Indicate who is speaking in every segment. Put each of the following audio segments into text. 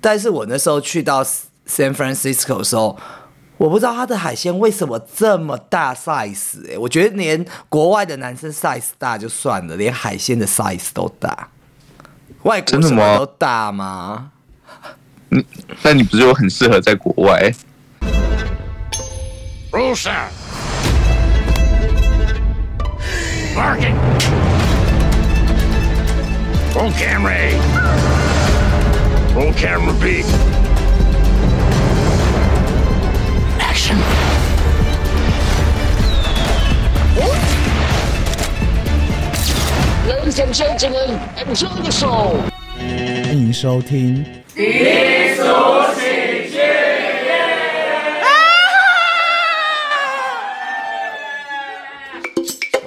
Speaker 1: 但是我那时候去到 San Francisco 的时候，我不知道它的海鲜为什么这么大 size，哎、我觉得连国外的男生 size 大就算了，连海鲜的 size 都大。外国
Speaker 2: 真的
Speaker 1: 什么
Speaker 2: 吗
Speaker 1: 都大吗？
Speaker 2: 你但你不是又很适合在国外？
Speaker 3: Rusa! Barking! Roll camera A. Roll camera B. Action!
Speaker 4: Ladies and gentlemen, enjoy the show.
Speaker 5: 欢迎收听。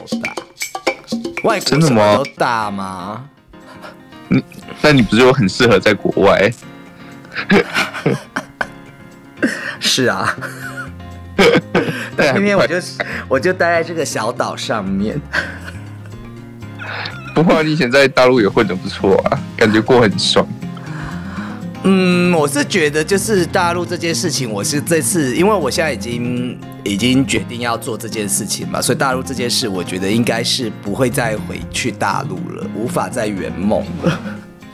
Speaker 1: 都大。外国
Speaker 2: 真的
Speaker 1: 什么
Speaker 2: 吗
Speaker 1: 都大吗？
Speaker 2: 你但你不是又很适合在国外？
Speaker 1: 是 啊，
Speaker 2: 但还
Speaker 1: 偏偏我
Speaker 2: 不
Speaker 1: 就我就待在这个小岛上面。
Speaker 2: 不过你以前在大陆也混得不错啊，感觉过很爽。
Speaker 1: 嗯，我是觉得就是大陆这件事情，我是这次，因为我现在已经已经决定要做这件事情嘛，所以大陆这件事，我觉得应该是不会再回去大陆了，无法再圆梦了。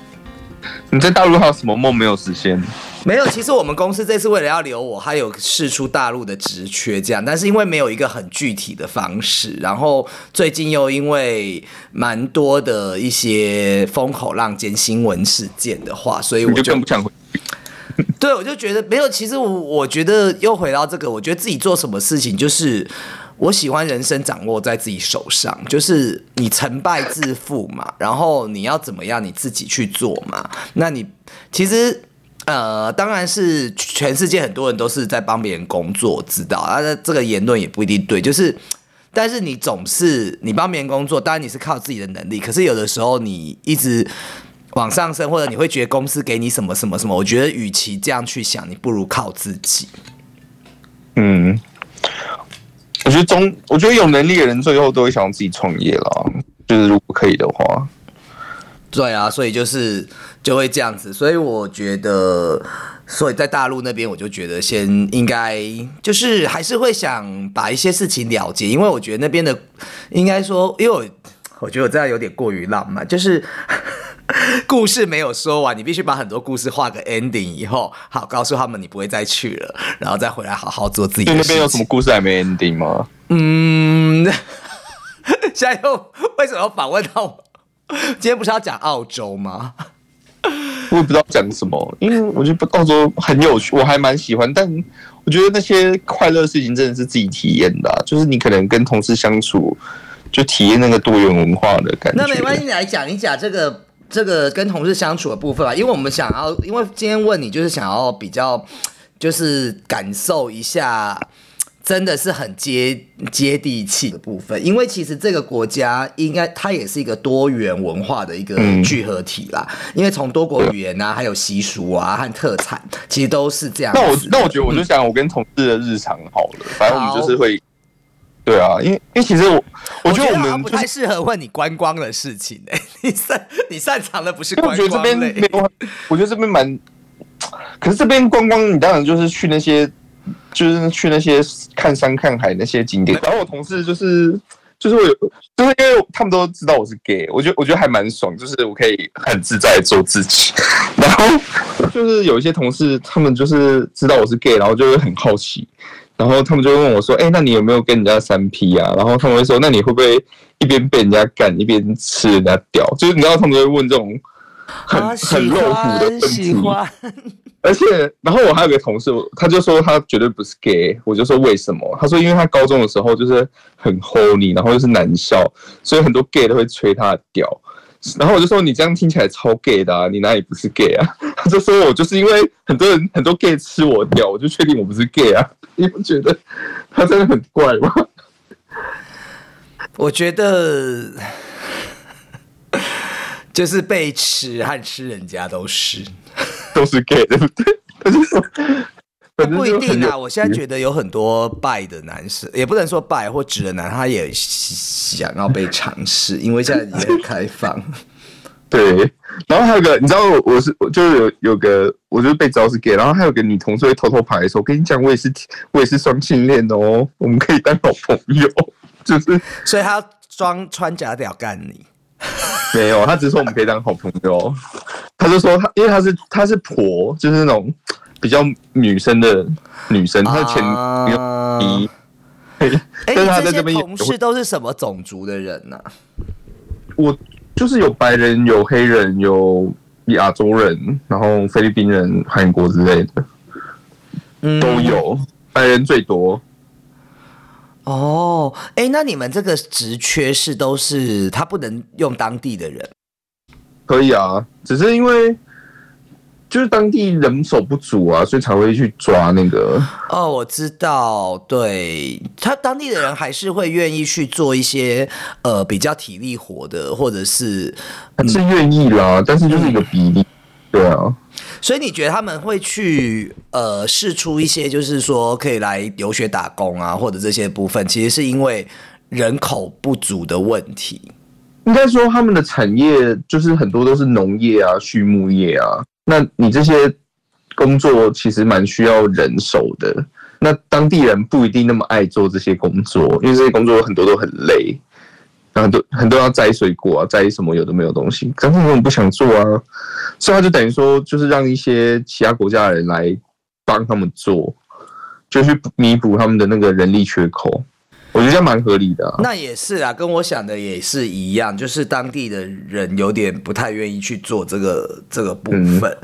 Speaker 2: 你在大陆还有什么梦没有实现？
Speaker 1: 没有，其实我们公司这次为了要留我，还有试出大陆的职缺这样，但是因为没有一个很具体的方式，然后最近又因为蛮多的一些风口浪尖新闻事件的话，所以我
Speaker 2: 你就
Speaker 1: 就
Speaker 2: 更不想回。
Speaker 1: 对，我就觉得没有。其实我我觉得又回到这个，我觉得自己做什么事情，就是我喜欢人生掌握在自己手上，就是你成败自负嘛，然后你要怎么样你自己去做嘛。那你其实。呃，当然是全世界很多人都是在帮别人工作，知道啊？那这个言论也不一定对，就是但是你总是你帮别人工作，当然你是靠自己的能力，可是有的时候你一直往上升，或者你会觉得公司给你什么什么什么，我觉得与其这样去想，你不如靠自己。
Speaker 2: 嗯，我觉得中，我觉得有能力的人最后都会想要自己创业啦。就是如果可以的话，
Speaker 1: 对啊，所以就是就会这样子，所以我觉得，所以在大陆那边，我就觉得先应该就是还是会想把一些事情了结，因为我觉得那边的 应该说，因为我我觉得我这样有点过于浪漫，就是故事没有说完，你必须把很多故事画个 ending 以后，好告诉他们你不会再去了，然后再回来好好做自己
Speaker 2: 就
Speaker 1: 的
Speaker 2: 那
Speaker 1: 事情。
Speaker 2: 边有什么故事还没 ending 吗？
Speaker 1: 嗯， 现在又为什么要访问到我？今天不是要讲澳洲吗？
Speaker 2: 我也不知道讲什么，因为我觉得到时候很有趣，我还蛮喜欢。但我觉得那些快乐的事情真的是自己体验的啊、就是你可能跟同事相处，就体验那个多元文化的感觉。
Speaker 1: 那没关系，你来讲一讲这个这个跟同事相处的部分吧，因为我们想要，因为今天问你就是想要比较，就是感受一下。真的是很接接地气的部分，因为其实这个国家应该它也是一个多元文化的一个
Speaker 2: 嗯
Speaker 1: 聚合体啦，因为从多国语言啊，还有习俗啊和特产，其实都是这样子
Speaker 2: 那
Speaker 1: 的。
Speaker 2: 我那我觉得我就想我跟同事的日常好了，反正我们就是会，对啊，因为因为其实我我
Speaker 1: 我
Speaker 2: 觉得我
Speaker 1: 好像
Speaker 2: 们
Speaker 1: 不
Speaker 2: 就是
Speaker 1: 太适合问你观光的事情诶、 你擅你擅长的不是
Speaker 2: 因为我
Speaker 1: 观
Speaker 2: 觉得这
Speaker 1: 光
Speaker 2: 边
Speaker 1: 类，
Speaker 2: 没有很，我觉得这边蛮，可是这边观光你当然就是去那些，就是去那些看山看海那些景点。然后我同事就是就是我有，就是因为他们都知道我是 gay，我觉得我觉得还蛮爽，就是我可以很自在地做自己。 然后就是有一些同事他们就是知道我是 gay，然后就会很好奇。然后他们就会问我说：“哎、那你有没有跟人家三 P 啊？”然后他们会说：“那你会不会一边被人家干一边吃人家屌？”就是你知道他们就会问这种很、
Speaker 1: 啊
Speaker 2: 很露骨的问
Speaker 1: 喜
Speaker 2: 题。
Speaker 1: 欢
Speaker 2: 而且，然后我还有个同事，他就说他绝对不是 gay，我就说为什么？他说因为他高中的时候就是很 horny，然后又是男校，所以很多 gay 都会吹他的屌。然后我就说你这样听起来超 gay 的啊，你哪里不是 gay 啊？ 他就说我就是因为很多人很多 gay 吃我的屌，我就确定我不是 gay 啊。 因为我觉得他真的很怪嘛。
Speaker 1: 我觉得 就是被吃和吃人家都是，
Speaker 2: 都是 gay，对不对？他就说，反正
Speaker 1: 不一
Speaker 2: 就很
Speaker 1: 定
Speaker 2: 有
Speaker 1: 啊。我现在觉得有很多拜的男生，也不能说拜或 直的男，他也想要被尝试，因为现在也很开放。
Speaker 2: 对，然后还有个，你知道我我是我就是有有个，我就是被知道是 gay，然后还有个女同事会偷偷跑来说，我跟你讲，我也是我也是双性恋哦，我们可以当好朋友。就是
Speaker 1: 所以他要装穿假屌干你。
Speaker 2: 没有，他只是说我们可以当好朋友。他就说他，因为他是他是婆，就是那种比较女生的女生，他的前女友
Speaker 1: 啊
Speaker 2: 一，
Speaker 1: 哎、
Speaker 2: 但是他
Speaker 1: 你这
Speaker 2: 在这
Speaker 1: 些
Speaker 2: 边也
Speaker 1: 同事都是什么种族的人啊呢、
Speaker 2: 我就是有白人，有黑人，有亚洲人，然后菲律宾人、韩国之类的
Speaker 1: 嗯，
Speaker 2: 都有，白人最多。
Speaker 1: 哦，哎、那你们这个职缺是都是他不能用当地的人
Speaker 2: 可以啊，只是因为就是当地人手不足啊，所以才会去抓那个。
Speaker 1: 哦，我知道，对他当地的人还是会愿意去做一些呃比较体力活的，或者是，
Speaker 2: 还是愿意啦，但是就是一个比例。对啊，
Speaker 1: 所以你觉得他们会去呃试出一些就是说可以来留学打工啊，或者这些部分，其实是因为人口不足的问题。
Speaker 2: 应该说他们的产业就是很多都是农业啊、畜牧业啊。那你这些工作其实蛮需要人手的。那当地人不一定那么爱做这些工作，因为这些工作很多都很累，然后很多很多要摘水果啊、摘什么有的没有东西，但是他们不想做啊，所以他就等于说就是让一些其他国家的人来帮他们做，就去弥补他们的那个人力缺口。我觉得这样蛮合理的、啊。
Speaker 1: 那也是啊，跟我想的也是一样，就是当地的人有点不太愿意去做这个这个部分，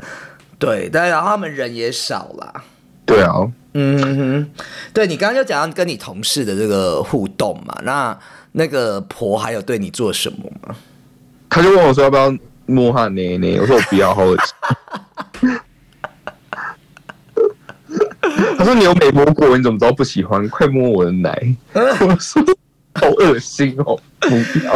Speaker 1: 对，但然后他们人也少啦。
Speaker 2: 对啊，
Speaker 1: 嗯哼，对你刚刚就讲到跟你同事的这个互动嘛，那那个婆还有对你做什么吗？
Speaker 2: 他就问我说要不要摸他的内内，我说我不要，好恶心。他说你又没摸过，你怎么知道不喜欢？快摸我 的奶！我说好恶心哦，不要。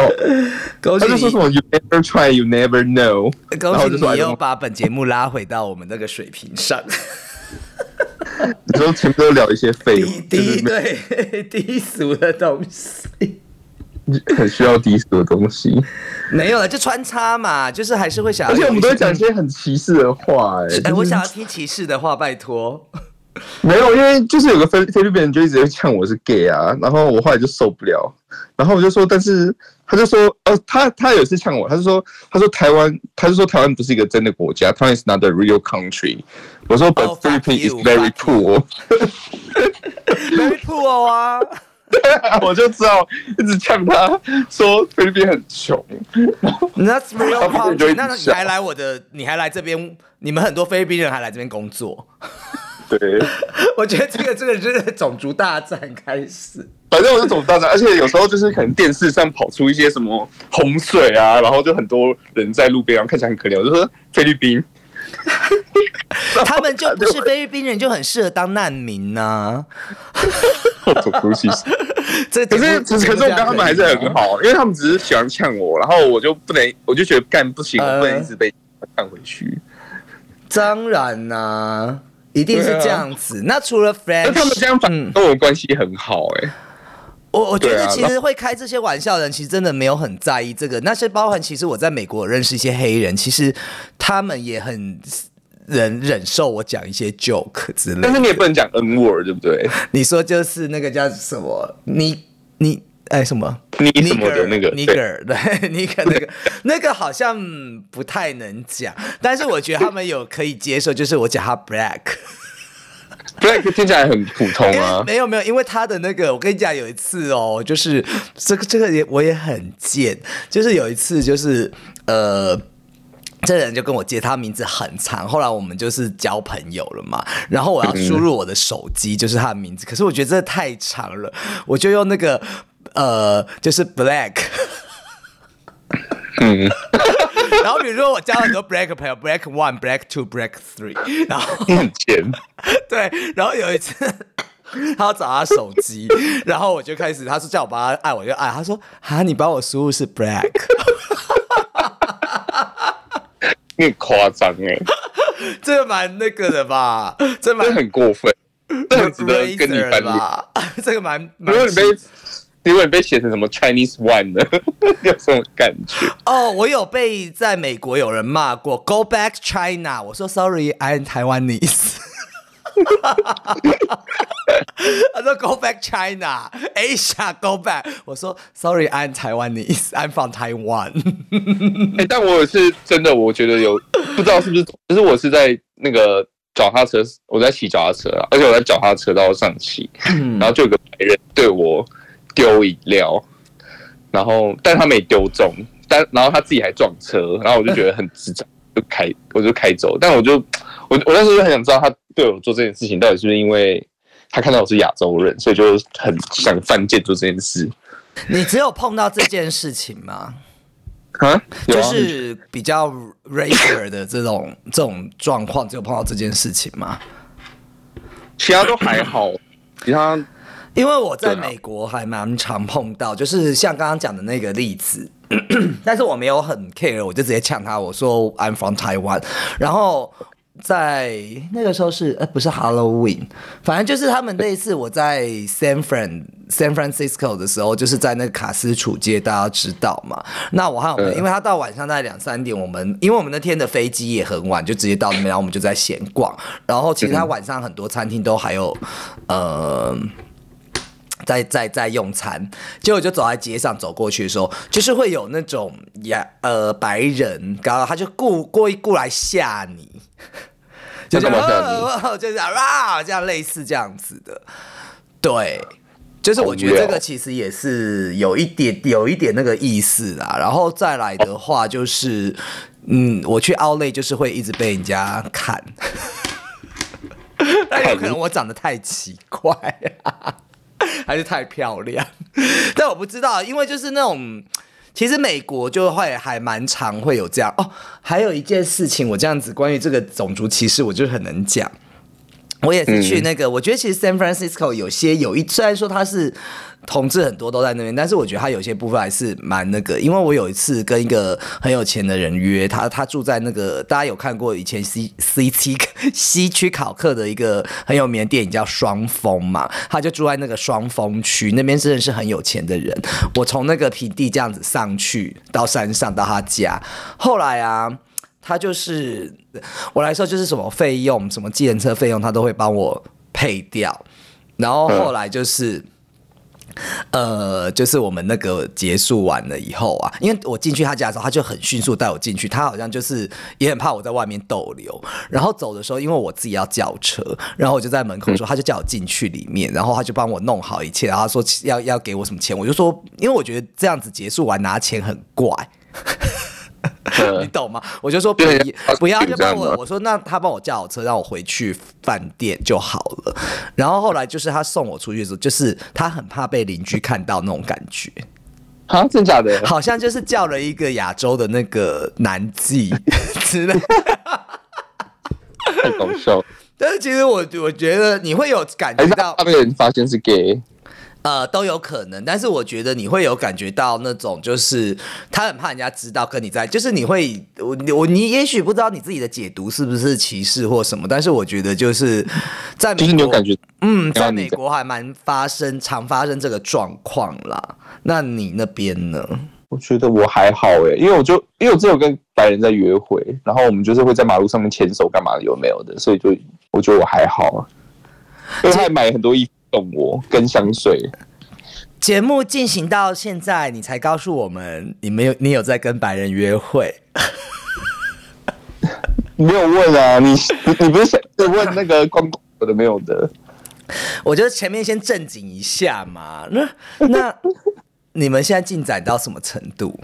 Speaker 1: 恭
Speaker 2: 他就
Speaker 1: 喜
Speaker 2: 说什
Speaker 1: 你，
Speaker 2: 么 “You never try, you never know”，然
Speaker 1: 恭
Speaker 2: 后我
Speaker 1: 喜
Speaker 2: 就说
Speaker 1: 你哦又
Speaker 2: “I don't know
Speaker 1: 把本节目拉回到我们那个水平 上。
Speaker 2: 你说前面都聊一些废
Speaker 1: 低
Speaker 2: 物，就
Speaker 1: 低
Speaker 2: 是没
Speaker 1: 对 低俗的东西，
Speaker 2: 很需要低俗的东西，
Speaker 1: 没有了，就穿插嘛，就是还是会想要
Speaker 2: 而
Speaker 1: 有一些。
Speaker 2: 且我们都会讲一些很歧视的话、哎、
Speaker 1: 哎、
Speaker 2: 就是
Speaker 1: 我想要听歧视的话，拜托。
Speaker 2: 没有，因为就是有个菲菲律宾人就一直在呛我是 gay 啊，然后我后来就受不了，然后我就说，但是他就说，呃，他他有一次呛我，他就说，他说台湾，他就说台湾不是一个真的国家，台湾 is not a real country。我说
Speaker 1: 哦 fuck
Speaker 2: ，but Philippines is
Speaker 1: you,
Speaker 2: very
Speaker 1: fuck you
Speaker 2: cool，
Speaker 1: Very cool 啊！
Speaker 2: 我就知道一直呛他说菲律宾很穷，
Speaker 1: That's real
Speaker 2: 他们就
Speaker 1: country。
Speaker 2: 一直
Speaker 1: 那你
Speaker 2: 笑
Speaker 1: 还来我的，你还来这边，你们很多菲律宾人还来这边工作。
Speaker 2: 对，
Speaker 1: 我觉得这个这个真的种族大战开始。
Speaker 2: 反正我就走不到这，而且有时候就是可能电视上跑出一些什么洪水啊，然后就很多人在路边，然后看起来很可怜，我就说菲律宾。
Speaker 1: 他们就不是菲律宾人，就很适合当难民呐、
Speaker 2: 种族歧视。
Speaker 1: 这
Speaker 2: 可
Speaker 1: 个
Speaker 2: 是，可
Speaker 1: 节目
Speaker 2: 是我跟他们还是很。好，因为他们只是喜欢呛我，然后我就不能，我就觉得干不行，
Speaker 1: 呃
Speaker 2: 我不能一直被呛回去。
Speaker 1: 这样可以吗当然啦、一定是
Speaker 2: 对啊
Speaker 1: 这样子。那除了嗯
Speaker 2: 但
Speaker 1: French，
Speaker 2: 他们这样反而跟我关系很好、哎、
Speaker 1: 我我觉
Speaker 2: 对
Speaker 1: 得
Speaker 2: 啊
Speaker 1: 其实会开这些玩笑的人，其实真的没有很在意这个。那些包含其实我在美国有认识一些黑人，其实他们也很忍忍受我讲一些 joke 之类
Speaker 2: 但是
Speaker 1: 的。
Speaker 2: 你也不能讲 N word，对不对？
Speaker 1: 你说就是那个叫什么？你你哎什么？
Speaker 2: 你什么的那个
Speaker 1: 尼
Speaker 2: 对
Speaker 1: 格尔对 尼格那个那个好像不太能讲，但是我觉得他们有可以接受，就是我讲他 black。
Speaker 2: black 听起来很普通
Speaker 1: 因为
Speaker 2: 啊。
Speaker 1: 哎没有没有，因为他的那个，我跟你讲，有一次哦，就是这个这个也我也很贱，就是有一次就是呃。这人就跟我借，他名字很长。后来我们就是交朋友了嘛，然后我要输入我的手机，就是他的名字。可是我觉得这太长了，我就用那个呃，就是 black。
Speaker 2: 嗯，
Speaker 1: 然后比如说我交很多 black 朋友，black one、black two、black three，然后
Speaker 2: 你很贱。
Speaker 1: 对，然后有一次他要找他手机，然后我就开始，他说叫我帮他按，我就按。他说啊，你帮我输入是 black，
Speaker 2: 你很夸张哎，
Speaker 1: 这个蛮那个的吧？这
Speaker 2: 这
Speaker 1: 蛮
Speaker 2: 很过分，这很值得跟你
Speaker 1: razor
Speaker 2: 翻
Speaker 1: 的
Speaker 2: 脸。
Speaker 1: 吧？这个蛮
Speaker 2: 如
Speaker 1: 蛮
Speaker 2: 果你被结果你被写成什么 Chinese One 的， 有什么感觉？
Speaker 1: 哦，我有被在美国有人骂过 “Go back China”，我说 “Sorry，I'm Taiwanese”。他说 “Go back China, Asia, go back”。我说 “Sorry，I'm Taiwanese, I'm from Taiwan
Speaker 2: 哎、但我也是真的，我觉得有不知道是不是，就是我是在那个脚踏车，我在骑脚踏车啊，而且我在脚踏车道上骑，
Speaker 1: 嗯
Speaker 2: 然后就有个白人对我丢饮料，然后但他没丢中，但然后他自己还撞车，然后我就觉得很智障，就开我就开走，但我就我我那时候就很想知道他对我做这件事情到底是不是因为。他看到我是亚洲人，所以就很想犯贱做这件事”。
Speaker 1: 你只有碰到这件事情吗？
Speaker 2: 啊，有
Speaker 1: 就
Speaker 2: 啊
Speaker 1: 是比较 racial 的这种这种状况，只有碰到这件事情吗？
Speaker 2: 其他都还好，其他
Speaker 1: 因为我在
Speaker 2: 对啊
Speaker 1: 美国还蛮常碰到，就是像刚刚讲的那个例子， 但是我没有很 care，我就直接呛他，我说 I'm from Taiwan，然后。在那个时候是呃不是 Halloween，反正就是他们类似我在 San Fran San Francisco 的时候，就是在那个卡斯楚街，大家知道嘛？那我和我们，
Speaker 2: 嗯
Speaker 1: 因为他到晚上大概两三点，我们因为我们那天的飞机也很晚，就直接到那边，然后我们就在闲逛。然后其
Speaker 2: 嗯
Speaker 1: 实他晚上很多餐厅都还有呃在在在用餐，结果就走在街上走过去的时候，就是会有那种呀呃白人，然后他就故故意过来吓你，就这
Speaker 2: 那干
Speaker 1: 样
Speaker 2: 嘛吓你？
Speaker 1: 哦哦就是啊，这样类似这样子的，对。就是我觉得
Speaker 2: 好无聊
Speaker 1: 这个其实也是有一点有一点那个意思啦，然后再来的话就是，嗯，我去奥莱就是会一直被人家看， 但有可能我长得太奇怪、啊 还是太漂亮，但我不知道，因为就是那种。其实美国就会还蛮常会有这样哦，还有一件事情，我这样子关于这个种族歧视，我就很能讲。我也是去那个，我觉得其实 San Francisco 有些有一，虽然说它是同志很多都在那边，但是我觉得它有些部分还是蛮那个。因为我有一次跟一个很有钱的人约，他他住在那个大家有看过以前西西区 西区考克的一个很有名的电影叫《双峰》嘛，他就住在那个双峰区，那边真的是很有钱的人。我从那个平地这样子上去到山上到他家，后来啊。他就是我来说就是什么费用，什么计程车费用，他都会帮我配掉。然后后来就是。呃，就是我们那个结束完了以后啊，因为我进去他家的时候，他就很迅速带我进去，他好像就是也很怕我在外面逗留。然后走的时候，因为我自己要叫车，然后我就在门口说，他就叫我进去里面，然后他就帮我弄好一切，然后他说要要给我什么钱，我就说，因为我觉得这样子结束完拿钱很怪，你
Speaker 2: 呃
Speaker 1: 懂吗？我就说不
Speaker 2: 对
Speaker 1: 要
Speaker 2: 要
Speaker 1: 不要，
Speaker 2: 要
Speaker 1: 就帮
Speaker 2: 这样啊
Speaker 1: 我
Speaker 2: 吗
Speaker 1: 我说那他帮我叫好车，让我回去饭店就好了。然后后来就是他送我出去的时候，就是他很怕被邻居看到那种感觉，
Speaker 2: 啊，真 假的？
Speaker 1: 好像就是叫了一个亚洲的那个男妓之类的。
Speaker 2: 太搞笑了！
Speaker 1: 但是其实我我觉得你会有感
Speaker 2: 还
Speaker 1: 觉
Speaker 2: 是
Speaker 1: 到
Speaker 2: 他被人发现是 gay？
Speaker 1: 呃，都有可能，但是我觉得你会有感觉到那种，就是他很怕人家知道跟你在，就是你会，我你我你也许不知道你自己的解读是不是歧视或什么，但是我觉得就是在美
Speaker 2: 就是你有感觉
Speaker 1: 嗯，在
Speaker 2: 然后你
Speaker 1: 美
Speaker 2: 在
Speaker 1: 国还蛮发生常发生这个状况啦。那你那边呢？
Speaker 2: 我觉得我还好哎、因为我就因为我只有跟白人在约会，然后我们就是会在马路上面牵手干嘛的，有没有的？所以就我觉得我还好啊，因为他还买很多衣服送我跟香水，
Speaker 1: 节目进行到现在，你才告诉我们你没有你有在跟白人约会，
Speaker 2: 你没有问啊？你你你不是想问那个光光有的没有的？
Speaker 1: 我觉得前面先正经一下嘛。那那 你们现在进展到什么程度？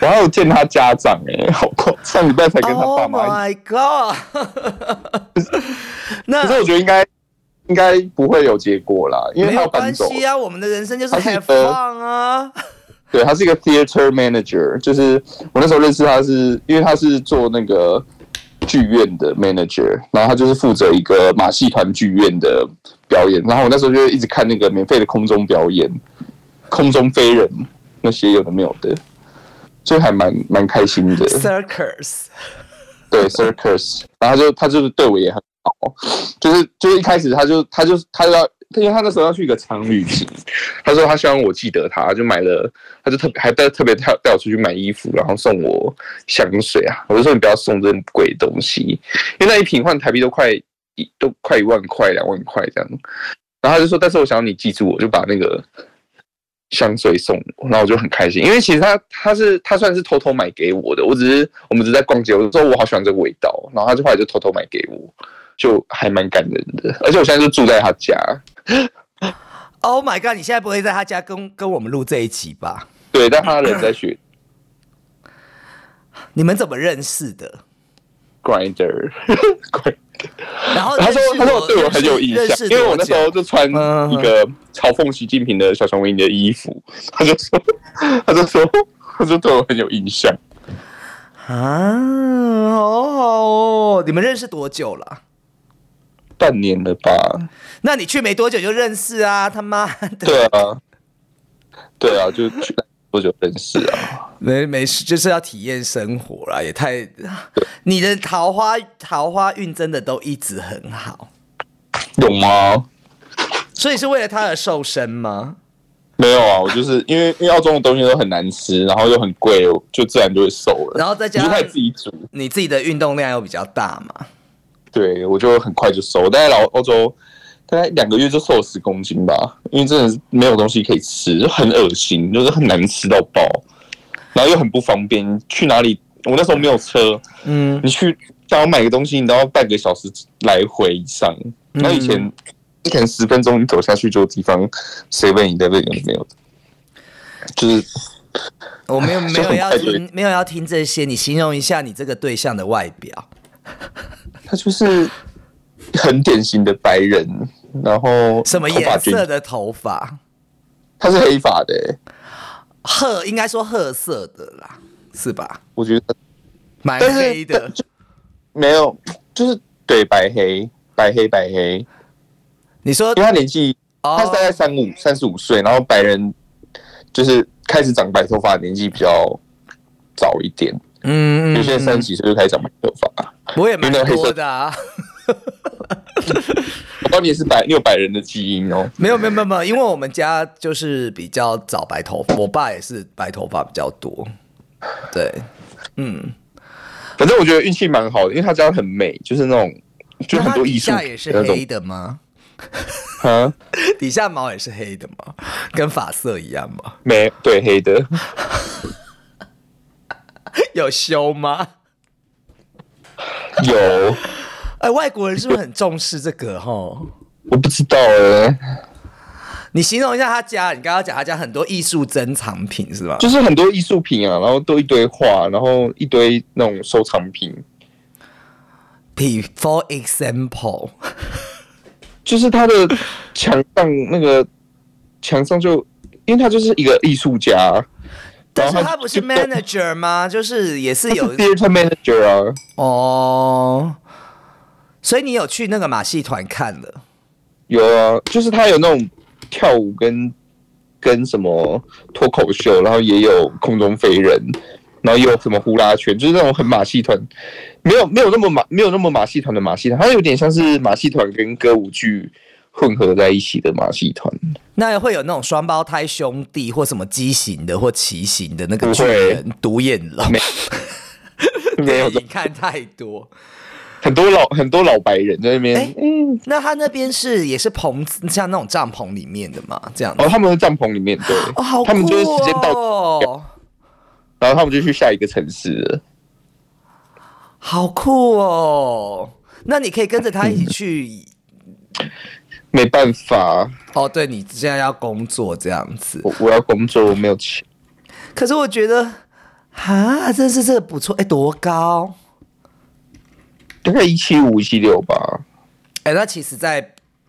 Speaker 2: 我还有见他家长哎、好过上礼拜才跟他爸
Speaker 1: Oh
Speaker 2: 妈一
Speaker 1: my
Speaker 2: 起
Speaker 1: god！那
Speaker 2: 可是我觉得应该应该不会有结果啦，因为
Speaker 1: 没
Speaker 2: 他
Speaker 1: 有
Speaker 2: 要搬
Speaker 1: 关
Speaker 2: 走。
Speaker 1: 系啊，我们的人生就是
Speaker 2: 他是一呃
Speaker 1: have
Speaker 2: 个
Speaker 1: fun 啊。
Speaker 2: 对他是一个 theater manager，就是我那时候认识他是因为他是做那个剧院的 manager，然后他就是负责一个马戏团剧院的表演，然后我那时候就一直看那个免费的空中表演，空中飞人那些有的没有的，所以还蛮蛮开心的。
Speaker 1: Circus，
Speaker 2: 对 circus，然后他就他就是对我也很好，就是就是一开始他就他就他就要因为他那时候要去一个长旅行，他说他希望我记得他，就买了，他就特别还带特别带带我出去买衣服，然后送我香水啊。我就说你不要送这种贵的东西，因为那一瓶换台币都快一都快一万块、两万块这样。然后他就说，但是我想要你记住我，就把那个香水送我，然后我就很开心，因为其实他他是他算是偷偷买给我的，我只是我们只是在逛街，我就说我好喜欢这个味道，然后他就后来就偷偷买给我，就还蛮感人的，而且我现在就住在他家，
Speaker 1: Oh my god！你现在不会在他家跟跟我们录这一集吧？
Speaker 2: 对，但他人在学
Speaker 1: 你们怎么认识的？
Speaker 2: grinder，
Speaker 1: 然后
Speaker 2: 他说
Speaker 1: 哦认识
Speaker 2: 他说我对我很有印
Speaker 1: 认
Speaker 2: 象，
Speaker 1: 识
Speaker 2: 因为
Speaker 1: 多
Speaker 2: 我那时
Speaker 1: 久嗯
Speaker 2: 候就穿一个嘲讽习近平的小熊维尼的衣服，他就说他就说他就对我很有印象。
Speaker 1: 啊，好好哦，你们认识多久了？
Speaker 2: 半年了吧？
Speaker 1: 那你去没多久就认识啊？他妈的，
Speaker 2: 对啊，对啊，就去多久认识啊？
Speaker 1: 没没事，就是要体验生活啦，也太……你的桃花桃花运真的都一直很好，
Speaker 2: 有吗？
Speaker 1: 所以是为了他而瘦身吗？
Speaker 2: 没有啊，我就是因为因为澳洲的东西都很难吃，然后又很贵，就自然就会瘦了。
Speaker 1: 然后再加
Speaker 2: 我就
Speaker 1: 上
Speaker 2: 开始自己煮，
Speaker 1: 你自己的运动量又比较大嘛？
Speaker 2: 对我就很快就瘦。我大概来澳洲大概两个月就瘦了十公斤吧，因为真的是没有东西可以吃，就很恶心，就是很难吃到爆，然后又很不方便。去哪里？我那时候没有车，
Speaker 1: 嗯，
Speaker 2: 你去想要买个东西，你都要半个小时来回以上。
Speaker 1: 嗯
Speaker 2: 那以前以前十分钟你走下去就有地方，seven eleven 有没有？就是
Speaker 1: 我没有
Speaker 2: 哎
Speaker 1: 没有要
Speaker 2: 快就
Speaker 1: 听没有要听这些，你形容一下你这个对象的外表。
Speaker 2: 他就是很典型的白人，然后
Speaker 1: 什么
Speaker 2: 头发
Speaker 1: 颜
Speaker 2: 卷
Speaker 1: 色？的头发？
Speaker 2: 他是黑发的、欸，
Speaker 1: 褐，应该说褐色的啦，是吧？
Speaker 2: 我觉得
Speaker 1: 蛮
Speaker 2: 但是
Speaker 1: 黑的，
Speaker 2: 没有，就是对白黑白黑白黑，
Speaker 1: 你说
Speaker 2: 因为他年纪
Speaker 1: 哦
Speaker 2: 他是大概三五三十五岁，然后白人就是开始长白头发的年纪比较早一点，
Speaker 1: 嗯，
Speaker 2: 有些人三十几岁就开始长白头发。
Speaker 1: 我也蛮
Speaker 2: 原来黑色
Speaker 1: 多的啊。
Speaker 2: 我告诉你是白，你有白人的基因哦。
Speaker 1: 没有没有没有没有，因为我们家就是比较早白头发，我爸也是白头发比较多。对，嗯，
Speaker 2: 反正我觉得运气蛮好的，因为他家很美，就是那种就
Speaker 1: 那
Speaker 2: 很
Speaker 1: 他
Speaker 2: 多
Speaker 1: 底
Speaker 2: 艺术
Speaker 1: 下也是
Speaker 2: 那种
Speaker 1: 黑的吗？
Speaker 2: 啊，
Speaker 1: 底下毛也是黑的吗？跟发色一样吗？
Speaker 2: 没对黑的，
Speaker 1: 有修吗？
Speaker 2: 有
Speaker 1: 哎，外国人是不是很重视这个？ 吼，
Speaker 2: 我不知道哎、
Speaker 1: 你形容一下他家，你刚刚讲他家很多艺术珍藏品是吧？
Speaker 2: 就是很多艺术品啊，然后都一堆画，然后一堆那种收藏品，
Speaker 1: 比 for
Speaker 2: 哦
Speaker 1: example，
Speaker 2: 就是 他的墙上那个墙上就，因为他就是一个艺术家，
Speaker 1: 但是
Speaker 2: 然后
Speaker 1: 他不是
Speaker 2: 就
Speaker 1: manager 吗？ 就是也是
Speaker 2: 他是
Speaker 1: 有
Speaker 2: theater manager 啊，
Speaker 1: 哦，所以你有去那个马戏团看了？
Speaker 2: 有啊，就是他有那种跳舞跟跟什么脱口秀，然后也有空中飞人，然后也有什么呼啦圈，就是那种很马戏团，没有没有那么马没有那么马戏团的马戏团，它有点像是马戏团跟歌舞剧混合在一起的马戏 团，
Speaker 1: 那会有那种双胞胎兄弟或什么畸形的或畸形的那个
Speaker 2: 不
Speaker 1: 巨
Speaker 2: 会
Speaker 1: 人独眼龙？
Speaker 2: 没有
Speaker 1: 你看太多。
Speaker 2: 很多老很多老白人在那边，
Speaker 1: 哎
Speaker 2: 嗯，
Speaker 1: 那他那边是也是棚子，像那种帐篷里面的嘛？这样子
Speaker 2: 哦，他们的帐篷里面对，
Speaker 1: 哦，好酷
Speaker 2: 他们就是时间到，
Speaker 1: 哦，
Speaker 2: 然后他们就去下一个城市了。
Speaker 1: 好酷哦！那你可以跟着他一起去。
Speaker 2: 嗯没办法，
Speaker 1: 哦，对你现在要工作这样子，
Speaker 2: 我我要工作，我没有钱。
Speaker 1: 可是我觉得，啊，这是这个不错，哎，多高？
Speaker 2: 大概一七五、一七六吧。
Speaker 1: 哎、那其实在，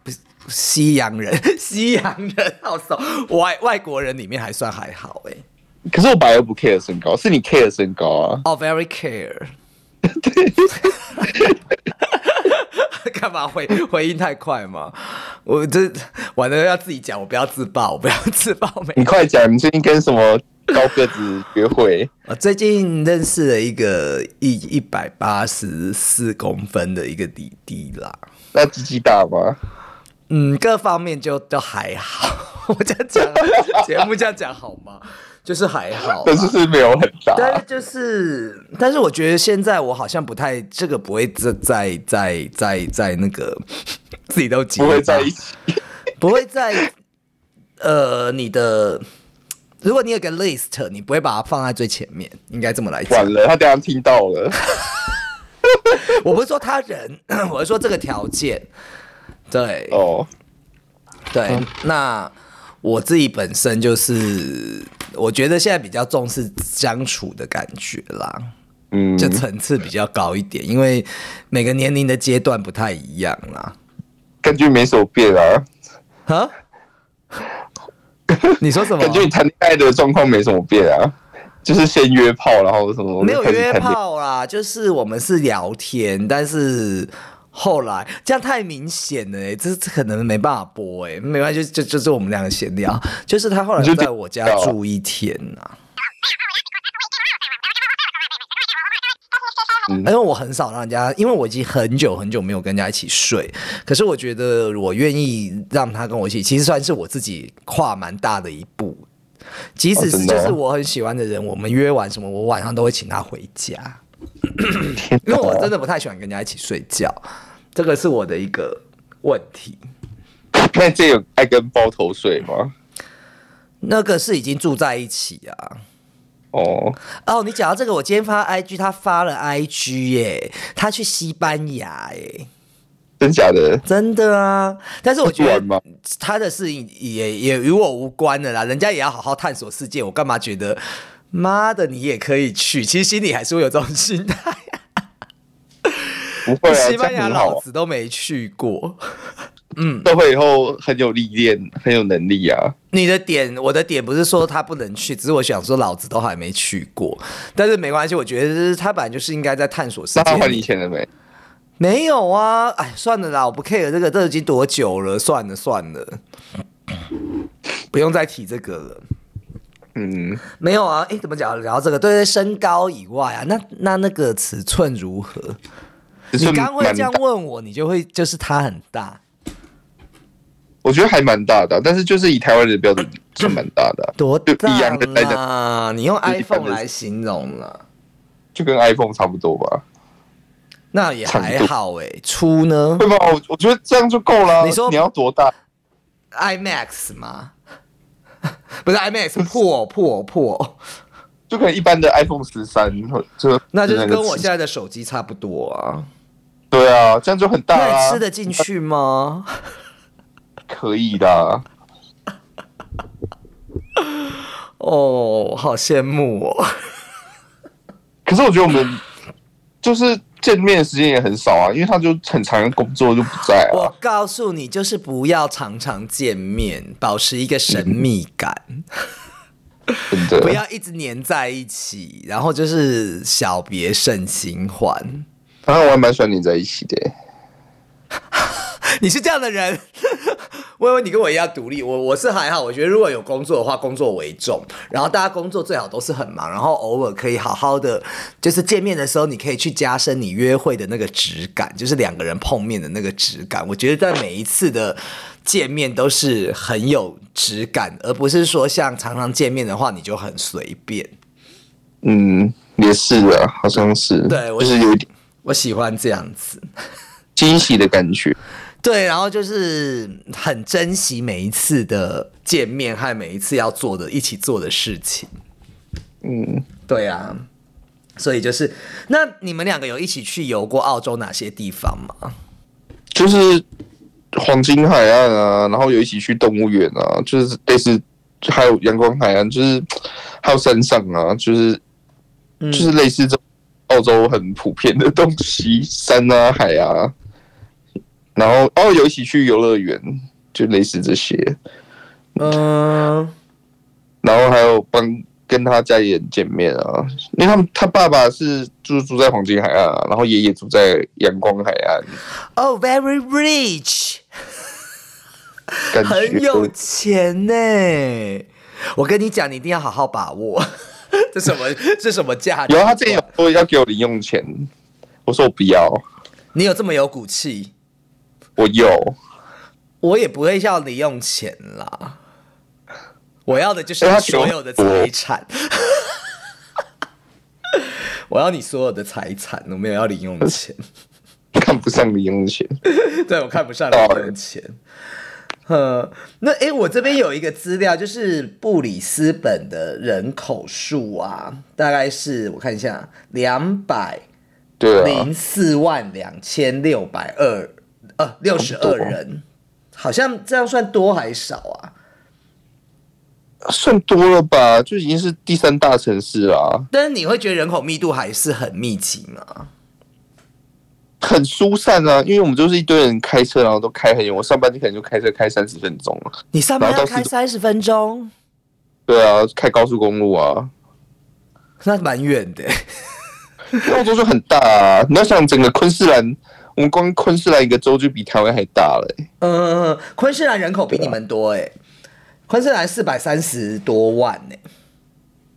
Speaker 1: 不是西洋人， 西洋人好少，外外国人里面还算还好哎、
Speaker 2: 可是我本来又不 care 身高，是你 care 身高啊？
Speaker 1: 哦、v e r y care。干嘛回回应太快吗？我这完了要自己讲，我不要自爆，我不要自爆没
Speaker 2: 你快讲，你最近跟什么高个子约会？
Speaker 1: 我最近认识了一个一一百八十四公分的一个弟弟啦，
Speaker 2: 那鸡鸡大吗？
Speaker 1: 嗯，各方面就都还好。 我这样讲，节目这样讲好吗？就是还好啦，
Speaker 2: 但是是没有很大。
Speaker 1: 但是就是，但是我觉得现在我好像不太这个不会再再再再再那个自己都急
Speaker 2: 不会在一起。
Speaker 1: 不会在呃你的，如果你有个 list，你不会把它放在最前面，应该这么来讲。
Speaker 2: 完了，他等一下听到了，
Speaker 1: 我不是说他人， 我是说这个条件。对、
Speaker 2: 哦，嗯
Speaker 1: 对，那我自己本身就是，我觉得现在比较重视相处的感觉啦。
Speaker 2: 嗯，
Speaker 1: 就层次比较高一点，因为每个年龄的阶段不太一样啦。
Speaker 2: 感觉没什么变啊，
Speaker 1: 啊？你说什么？
Speaker 2: 感觉你谈恋爱的状况没什么变啊，就是先约炮，然后什么
Speaker 1: 没有约，
Speaker 2: 开始谈恋
Speaker 1: 炮啦，就是我们是聊天，但是后来这样太明显了、欸，这这可能没办法播哎、欸，没关系，就就就是我们两个闲聊，就是他后来
Speaker 2: 你就
Speaker 1: 在我家
Speaker 2: 知道啊
Speaker 1: 住一天呐、
Speaker 2: 嗯
Speaker 1: 因为我很少让人家，因为我已经很久很久没有跟人家一起睡，可是我觉得我愿意让他跟我一起，其实算是我自己跨蛮大的一步。即使是
Speaker 2: 真
Speaker 1: 就
Speaker 2: 的哦
Speaker 1: 是我很喜欢的人，我们约完什么，我晚上都会请他回家。因为我真的不太喜欢跟人家一起睡觉，这个是我的一个问题。
Speaker 2: 爱。 那这有爱跟包头睡吗？
Speaker 1: 那个是已经住在一起啊。
Speaker 2: 哦，
Speaker 1: 哦，你讲到这个，我今天发 IG，他发了 IG 耶，他去西班牙耶，
Speaker 2: 真假的？
Speaker 1: 真的啊。但是我觉
Speaker 2: 玩
Speaker 1: 得
Speaker 2: 吗
Speaker 1: 他的事情也也与我无关的啦，人家也要好好探索世界，我干嘛觉得妈的你也可以去？其实心里还是会有这种心态。
Speaker 2: 不会 啊，
Speaker 1: 西班牙
Speaker 2: 这样很好
Speaker 1: 老
Speaker 2: 啊，
Speaker 1: 子都没去过。
Speaker 2: 社会以后很有历练，很有能力啊。
Speaker 1: 你的点，我的点不是说他不能去，只是我想说老子都还没去过，但是没关系，我觉得他本来就是应该在探索世
Speaker 2: 那他
Speaker 1: 界
Speaker 2: 还你
Speaker 1: 里。
Speaker 2: 钱了没？
Speaker 1: 没有啊，哎，算了啦，我不 care 这个，这已经多久了，算了算 了，不用再提这个了。
Speaker 2: 嗯，
Speaker 1: 没有啊，哎，怎么讲？聊到这个，对对，身高以外啊，那那那个尺寸如何？
Speaker 2: 只
Speaker 1: 你
Speaker 2: 是
Speaker 1: 刚会
Speaker 2: 蛮
Speaker 1: 这样
Speaker 2: 大
Speaker 1: 问我，你就会就是他很大，
Speaker 2: 我觉得还蛮大的啊，但是就是以台湾人的标准算蛮大的啊，
Speaker 1: 多
Speaker 2: 就一
Speaker 1: 大
Speaker 2: 样的来讲，
Speaker 1: 啦？你用
Speaker 2: 就一般的
Speaker 1: iPhone 来形容了。
Speaker 2: 就跟 iPhone 差不多吧？
Speaker 1: 那也还
Speaker 2: 长度
Speaker 1: 好哎、粗呢
Speaker 2: 会吗？我我觉得这样就够了啊。
Speaker 1: 你说
Speaker 2: 你要多大？
Speaker 1: ？IMAX 吗？ 不是
Speaker 2: 嗯
Speaker 1: IMAX 破破破，
Speaker 2: 就可能一般的 iPhone 十三，就
Speaker 1: 那就是跟我
Speaker 2: 现
Speaker 1: 现在的手机差不多啊。
Speaker 2: 对啊，这样就很大
Speaker 1: 那
Speaker 2: 啦、
Speaker 1: 你吃得进去吗？
Speaker 2: 可以的。啊
Speaker 1: 哦，好羡慕哦。
Speaker 2: 可是我觉得我们就是见面的时间也很少啊，因为他就很长的工作就不在啊
Speaker 1: 我。告诉你，就是不要常常见面，保持一个神秘感，
Speaker 2: 真的，
Speaker 1: 不要一直黏在一起，然后就是小别胜新欢。
Speaker 2: 反正我还蛮喜欢你在一起的欸、
Speaker 1: 你是这样的人， 我以为你跟我一样独立，我我是还好，我觉得如果有工作的话，工作为重，然后大家工作最好都是很忙，然后偶尔可以好好的，就是见面的时候，你可以去加深你约会的那个质感，就是两个人碰面的那个质感。我觉得在每一次的见面都是很有质感，而不是说像常常见面的话，你就很随便。
Speaker 2: 嗯，也是啊，好像是，
Speaker 1: 对我
Speaker 2: 就是有一点
Speaker 1: 我喜欢这样子，
Speaker 2: 惊喜的感觉。
Speaker 1: 对，然后就是很珍惜每一次的见面和每一次要做的一起做的事情。
Speaker 2: 嗯，
Speaker 1: 对啊，所以就是，那你们两个有一起去游过澳洲哪些地方吗？
Speaker 2: 就是黄金海岸啊，然后有一起去动物园啊，就是类似，还有阳光海岸，就是还有山上啊，就是就是类似这种澳洲很普遍的东西， 山啊海啊，然后哦有一起去游乐园，就类似这些，
Speaker 1: 嗯，
Speaker 2: 然后还有帮跟他家里人见面啊，因为他们他爸爸是住住在黄金海岸、啊，然后爷爷住在阳光海岸，
Speaker 1: 哦、v e r y rich，
Speaker 2: 感觉
Speaker 1: 很有钱呢、我跟你讲，你一定要好好把握。 这什么？这什么价值？
Speaker 2: 有啊，他之前有说要给我零用钱，我说我不要，
Speaker 1: 你有这么有骨气？
Speaker 2: 我有，
Speaker 1: 我也不会要零用钱啦，我要的就是
Speaker 2: 哎他
Speaker 1: 你
Speaker 2: 给我
Speaker 1: 所有的财产。我要你所有的财产，我没有要零用 钱。
Speaker 2: 看不上零用钱。
Speaker 1: 对我看不上零用钱。
Speaker 2: 哦
Speaker 1: 呃，那诶，我这边有一个资料，就是布里斯本的人口数啊，大概是我看一下，两百
Speaker 2: 对啊
Speaker 1: 零，四万两千六百二呃六十二人，好像这样算多还少啊？
Speaker 2: 算多了吧，就已经是第三大城市啦，
Speaker 1: 但是你会觉得人口密度还是很密集吗？
Speaker 2: 很疏散啊。因为我们就是一堆人开车，然后都开很远。我上班就可能就开车开三十分钟了。
Speaker 1: 你上班
Speaker 2: 然
Speaker 1: 要
Speaker 2: 后到
Speaker 1: 开
Speaker 2: 处
Speaker 1: 三十分钟，
Speaker 2: 对啊，开高速公路啊，
Speaker 1: 那蛮远的。
Speaker 2: 澳洲就很大啊。你要想整个昆士兰，我们光昆士兰一个州就比台湾还大了、欸。
Speaker 1: 嗯，昆士兰人口比你们多哎、昆士兰四百三十多万哎、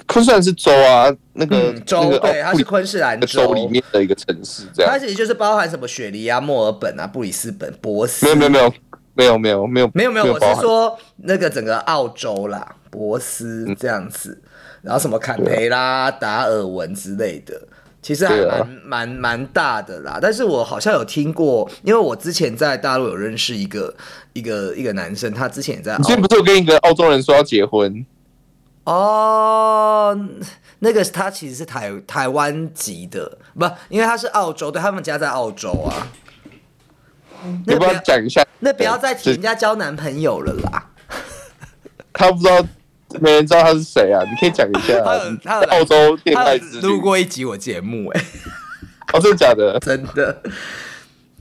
Speaker 2: 昆士兰是州啊，那个、
Speaker 1: 嗯州
Speaker 2: 那个哦
Speaker 1: 对它是
Speaker 2: 布里
Speaker 1: 昆士兰
Speaker 2: 的
Speaker 1: 州
Speaker 2: 州里面啊的一个城市，这
Speaker 1: 它
Speaker 2: 样。
Speaker 1: 其实就是包含什么雪梨啊、墨尔本啊、布里斯本、博斯，啊
Speaker 2: 没有没有没有没有没有没有
Speaker 1: 没有没有，我
Speaker 2: 包
Speaker 1: 是
Speaker 2: 含
Speaker 1: 说那个整个澳洲啦，博斯
Speaker 2: 嗯
Speaker 1: 这样子，然后什么坎培拉、达尔文之类的，其实还
Speaker 2: 对
Speaker 1: 蛮、
Speaker 2: 啊
Speaker 1: 蛮蛮大的啦。但是我好像有听过，因为我之前在大陆有认识一个一个一个男生，他之前也在
Speaker 2: 你之前
Speaker 1: 澳
Speaker 2: 不是有跟一个澳洲人说要结婚？
Speaker 1: 哦。那个他其实是台台湾籍的，不，因为他是澳洲，对他们家在澳洲啊。
Speaker 2: 你
Speaker 1: 那
Speaker 2: 要
Speaker 1: 不
Speaker 2: 不要
Speaker 1: 要
Speaker 2: 讲一下？
Speaker 1: 那不要再提
Speaker 2: 这
Speaker 1: 人家交男朋友了啦。
Speaker 2: 他不知道，没人知道他是谁啊？你可以讲一下
Speaker 1: 他有他有
Speaker 2: 在澳洲恋
Speaker 1: 他
Speaker 2: 爱
Speaker 1: 有
Speaker 2: 之旅
Speaker 1: 录。过一集我节目、哎，
Speaker 2: 哦，真的假 的？
Speaker 1: 真的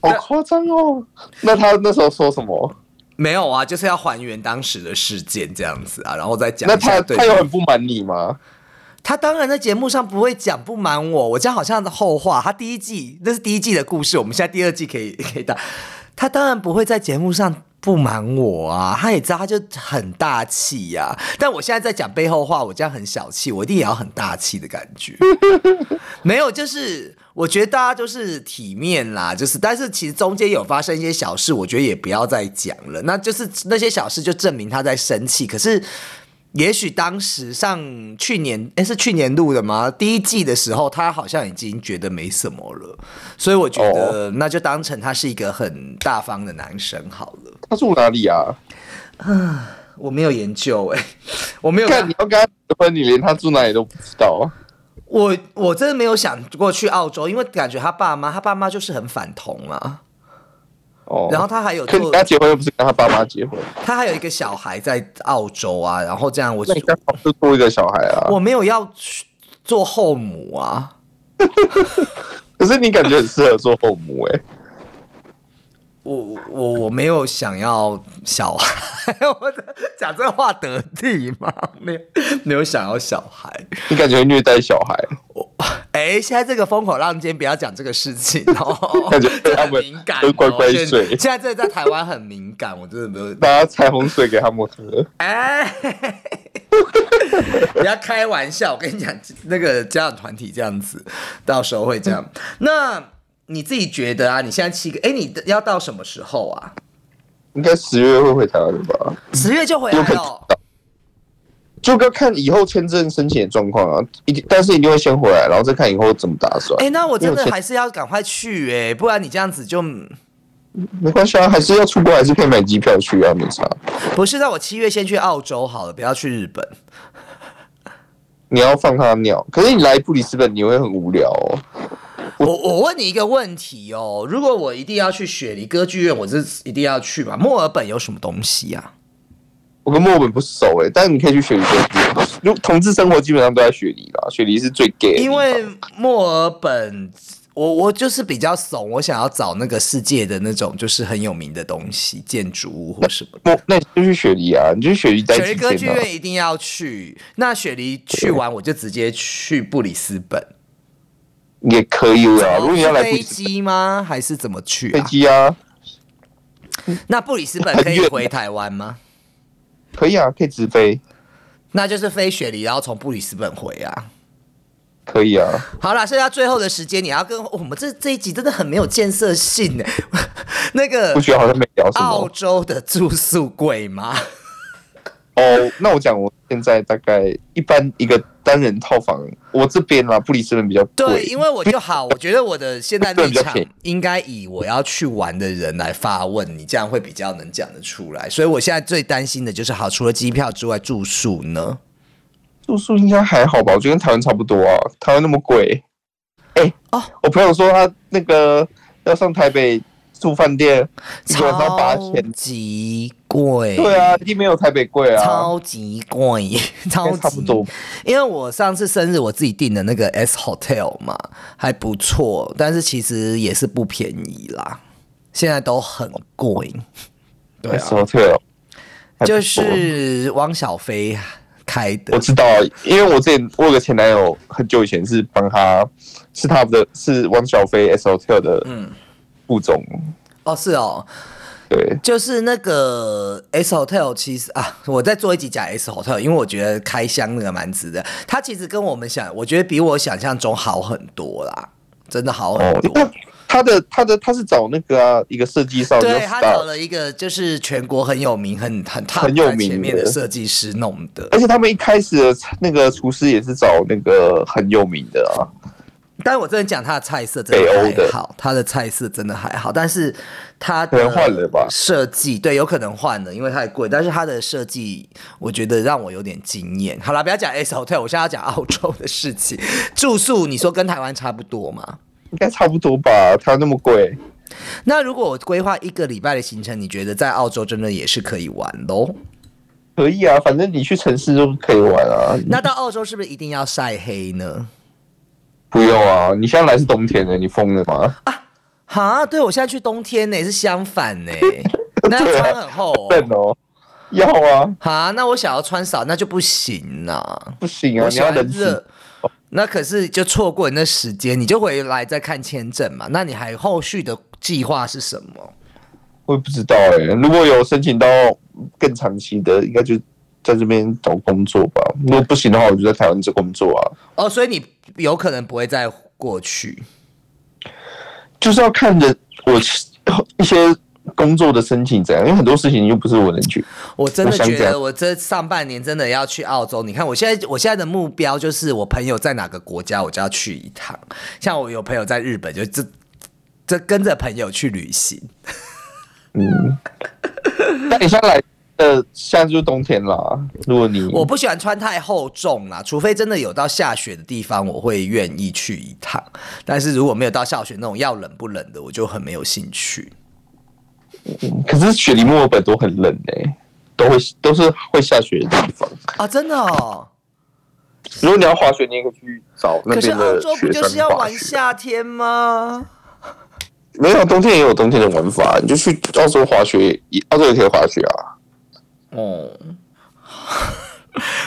Speaker 2: 好夸张哦！那他那时候说什么？
Speaker 1: 没有啊，就是要还原当时的事件这样子啊，然后再讲
Speaker 2: 那
Speaker 1: 一下
Speaker 2: 他
Speaker 1: 对
Speaker 2: 他有很不满你吗？
Speaker 1: 他当然在节目上不会讲不瞒我，我这样好像后话。他第一季那是第一季的故事，我们现在第二季可以 可以打。他当然不会在节目上不瞒我啊，他也知道他就很大气呀、但我现在在讲背后话，我这样很小气，我一定也要很大气的感觉。没有，就是我觉得大家就是体面啦，就是但是其实中间有发生一些小事，我觉得也不要再讲了。那就是那些小事就证明他在生气，可是。也许当时上去年，诶，是去年录的吗？第一季的时候，他好像已经觉得没什么了，所以我觉
Speaker 2: 哦
Speaker 1: 得那就当成他是一个很大方的男生好了。
Speaker 2: 他住哪里啊？
Speaker 1: 我没有研究诶，我没有
Speaker 2: 看你要跟他结婚，你连他住哪里都不知道啊！
Speaker 1: 我我真的没有想过去澳洲，因为感觉他爸妈，他爸妈就是很反同啊。
Speaker 2: 哦，
Speaker 1: 然后他还有
Speaker 2: 可你
Speaker 1: 做
Speaker 2: 跟他结婚又不是跟他爸妈结婚，
Speaker 1: 他还有一个小孩在澳洲啊，然后这样我
Speaker 2: 那你刚好哦就多一个小孩啊。
Speaker 1: 我没有要去做后母啊，
Speaker 2: 可是你感觉很适合做后母哎、
Speaker 1: 我我我没有想要小孩， 我讲这话得体吗？没有没有想要小孩。
Speaker 2: 你感觉会虐待小孩，，
Speaker 1: 哎，现在这个风口浪尖，不要讲这个事情哦
Speaker 2: 感觉
Speaker 1: 这
Speaker 2: 他
Speaker 1: 很
Speaker 2: 们
Speaker 1: 敏感、哦，
Speaker 2: 都乖乖
Speaker 1: 现在
Speaker 2: 睡
Speaker 1: 现在这在台湾很敏感，我真的没 有。
Speaker 2: 拿彩虹水给他们喝。
Speaker 1: 哎， 不要开玩笑，我跟你讲，那个家长团体这样子，到时候会这样。那你自己觉得啊？你现在七个，哎，你要到什么时候啊？
Speaker 2: 应该十月会回台湾了吧？
Speaker 1: 十月就回
Speaker 2: 又
Speaker 1: 来
Speaker 2: 可以
Speaker 1: 了。
Speaker 2: 就要看以后签证申请的状况啊，一定，但是一定会先回来，然后再看以后怎么打算。
Speaker 1: 哎、那我真的
Speaker 2: 因为
Speaker 1: 还是要赶快去哎、不然你这样子就
Speaker 2: 签没关系啊，还是要出国，还是可以买机票去啊，没差。
Speaker 1: 不是。那我七月先去澳洲好了，不要去日本。
Speaker 2: 你要放他鸟，可是你来布里斯本你会很无聊哦。
Speaker 1: 我我问你一个问题哦，如果我一定要去雪梨歌剧院，我是一定要去吧？墨尔本有什么东西啊？
Speaker 2: 我跟墨尔本不熟诶、但你可以去雪梨歌剧。如同志生活基本上都在雪梨啦，雪梨是最 gay 的地
Speaker 1: 因
Speaker 2: 方。
Speaker 1: 为墨尔本，我我就是比较怂，我想要找那个世界的那种就是很有名的东西，建筑物或什么。
Speaker 2: 墨，那你就去雪梨啊，你就去雪梨待
Speaker 1: 雪
Speaker 2: 几
Speaker 1: 梨歌剧
Speaker 2: 天啊？
Speaker 1: 院一定要去，那雪梨去完我就直接去布里斯本。
Speaker 2: 也可以啊，如果你要来布
Speaker 1: 飞
Speaker 2: 里斯
Speaker 1: 机吗？还是怎么去、
Speaker 2: 本，
Speaker 1: 哦啊
Speaker 2: 飞？机啊，
Speaker 1: 那布里斯本可以回台湾吗？
Speaker 2: 可以啊，可以直飞。
Speaker 1: 那就是飞雪梨，然后从布里斯本回啊。
Speaker 2: 可以啊，
Speaker 1: 好啦，剩下最后的时间，你要跟我们这这一集真的很没有建设性呢。 那个
Speaker 2: 不觉得好像没聊什
Speaker 1: 澳
Speaker 2: 么
Speaker 1: 洲的住宿贵吗？
Speaker 2: 哦。那我讲，我现在大概一般一个单人套房，我这边啦，布里斯本比较贵，
Speaker 1: 对，因为我就好，我觉得我的现 在
Speaker 2: 对
Speaker 1: 立
Speaker 2: 比较
Speaker 1: 场
Speaker 2: 便宜
Speaker 1: 应该以我要去玩的人来发问，你这样会比较能讲得出来。所以我现在最担心的就是，好，除了机票之外，住宿呢？
Speaker 2: 住宿应该还好吧？我觉得跟台湾差不多啊，台湾那么贵。哎、
Speaker 1: 哦
Speaker 2: 我朋友说他那个要上台北住饭店，一个晚上八
Speaker 1: 超
Speaker 2: 千。
Speaker 1: 级贵，
Speaker 2: 对啊，一定没有台北贵啊。
Speaker 1: 超级贵，超级
Speaker 2: 差不多。
Speaker 1: 因为我上次生日我自己订的那个 S Hotel 嘛，还不错，但是其实也是不便宜啦，现在都很贵。对啊，
Speaker 2: 候退了，还不错
Speaker 1: 就是汪小菲开
Speaker 2: 我
Speaker 1: 的，
Speaker 2: 知道，啊因为我之前我有个前男友，很久以前是帮他，是他的，是汪小菲 S Hotel 的副总，
Speaker 1: 哦是哦，
Speaker 2: 对，
Speaker 1: 就是那个 S Hotel，其实啊，我再做一集讲 S Hotel，因为我觉得开箱那个蛮值的。它其实跟我们想，我觉得比我想象中好很多啦，真的好
Speaker 2: 哦
Speaker 1: 很，多。
Speaker 2: 因为他的他的他是找那个啊一个设计少，
Speaker 1: 对
Speaker 2: 叫
Speaker 1: 他
Speaker 2: Star
Speaker 1: 找了一个就是全国很有名、很很 top
Speaker 2: 很有
Speaker 1: 在前
Speaker 2: 名
Speaker 1: 面的
Speaker 2: 的
Speaker 1: 设计师弄的，
Speaker 2: 而且他们一开始的那个厨师也是找那个很有名的啊，
Speaker 1: 但我真的讲他的菜色真
Speaker 2: 北欧
Speaker 1: 的
Speaker 2: 的
Speaker 1: 还好，他的菜色真的还好，但是他
Speaker 2: 可能换了吧
Speaker 1: 设计对，有可能换了，因为太贵。但是他的设计，我觉得让我有点惊艳。好啦，不要讲 S Hotel，我现在要讲澳洲的事情。住宿，你说跟台湾差不多吗？
Speaker 2: 应该差不多吧？他那么贵，
Speaker 1: 那如果我规划一个礼拜的行程，你觉得在澳洲真的也是可以玩喽？
Speaker 2: 可以啊，反正你去城市就可以玩啊，
Speaker 1: 那到澳洲是不是一定要晒黑呢？
Speaker 2: 不用啊，你现在来是冬天的，你疯了吗？
Speaker 1: 哈，对我现在去冬天呢、是相反 呢、那要穿很厚
Speaker 2: 笨
Speaker 1: 哦。
Speaker 2: 哦，要啊，
Speaker 1: 哈，那我想要穿少，那就不行啦。
Speaker 2: 不行啊，
Speaker 1: 我
Speaker 2: 你
Speaker 1: 喜
Speaker 2: 要
Speaker 1: 欢
Speaker 2: 人
Speaker 1: 热
Speaker 2: 情，，
Speaker 1: 那可是就错过你那时间，你就回来再看签证嘛。那你还后续的计划是什么？
Speaker 2: 我也不知道哎、如果有申请到更长期的，应该就在这边找工作吧。如果不行的话，我就在台湾这工作啊，
Speaker 1: 哦，所以你有可能不会再过去。
Speaker 2: 就是要看着我一些工作的申请怎样，因为很多事情又不是我能去。
Speaker 1: 我真的
Speaker 2: 我想
Speaker 1: 觉
Speaker 2: 这
Speaker 1: 得
Speaker 2: 样
Speaker 1: 我这上半年真的要去澳洲。你看，我现在我现在的目标就是，我朋友在哪个国家，我就要去一趟。像我有朋友在日本，就这这跟着朋友去旅行。
Speaker 2: 那你现在来，呃，现在就是冬天啦。啊如果你
Speaker 1: 我不喜欢穿太厚重啦，除非真的有到下雪的地方，我会愿意去一趟。但是如果没有到下雪那种要冷不冷的，我就很没有兴趣。
Speaker 2: 可是雪梨、墨尔本都很冷诶、都会都是会下雪的地方。
Speaker 1: 啊，真的哦。
Speaker 2: 如果你要滑雪，你也可以去找那
Speaker 1: 可是
Speaker 2: 边
Speaker 1: 澳
Speaker 2: 的
Speaker 1: 洲
Speaker 2: 雪
Speaker 1: 不
Speaker 2: 山
Speaker 1: 就是要
Speaker 2: 滑
Speaker 1: 玩
Speaker 2: 雪
Speaker 1: 夏天吗？
Speaker 2: 没有冬天也有冬天的玩法，你就去澳洲滑雪，澳洲也可以滑雪啊。
Speaker 1: 哦。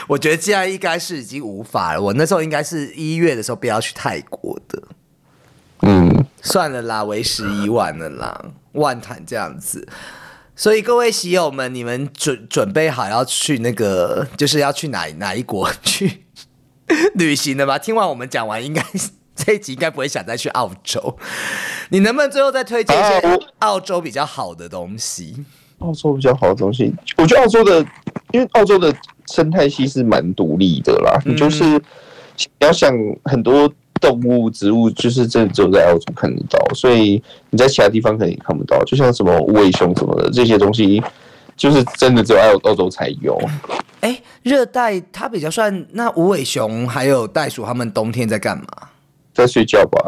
Speaker 1: 我觉得现在应该是已经无法了。我那时候应该是一月的时候不要去泰国的，
Speaker 2: 嗯，
Speaker 1: 算了啦，为时已晚了啦， 万谈这样子。所以各位喜友们，你们准准备好要去那个，就是要去哪哪一国去 旅行了吗？听完我们讲完，应该这一集应该不会想再去澳洲。你能不能最后再推荐一
Speaker 2: 啊
Speaker 1: 些
Speaker 2: 我
Speaker 1: 澳洲比较好的东西？
Speaker 2: 澳洲比较好的东西，我觉得澳洲的，因为澳洲的生态系是蛮独立的啦。
Speaker 1: 嗯
Speaker 2: 你就是你要想很多动物、植物，就是这只有在澳洲看得到，所以你在其他地方可能也看不到。就像什么无尾熊什么的这些东西，就是真的只有澳澳洲才有。
Speaker 1: 哎，热带它比较算，那无尾熊还有袋鼠，它们冬天在干嘛？
Speaker 2: 在睡觉吧，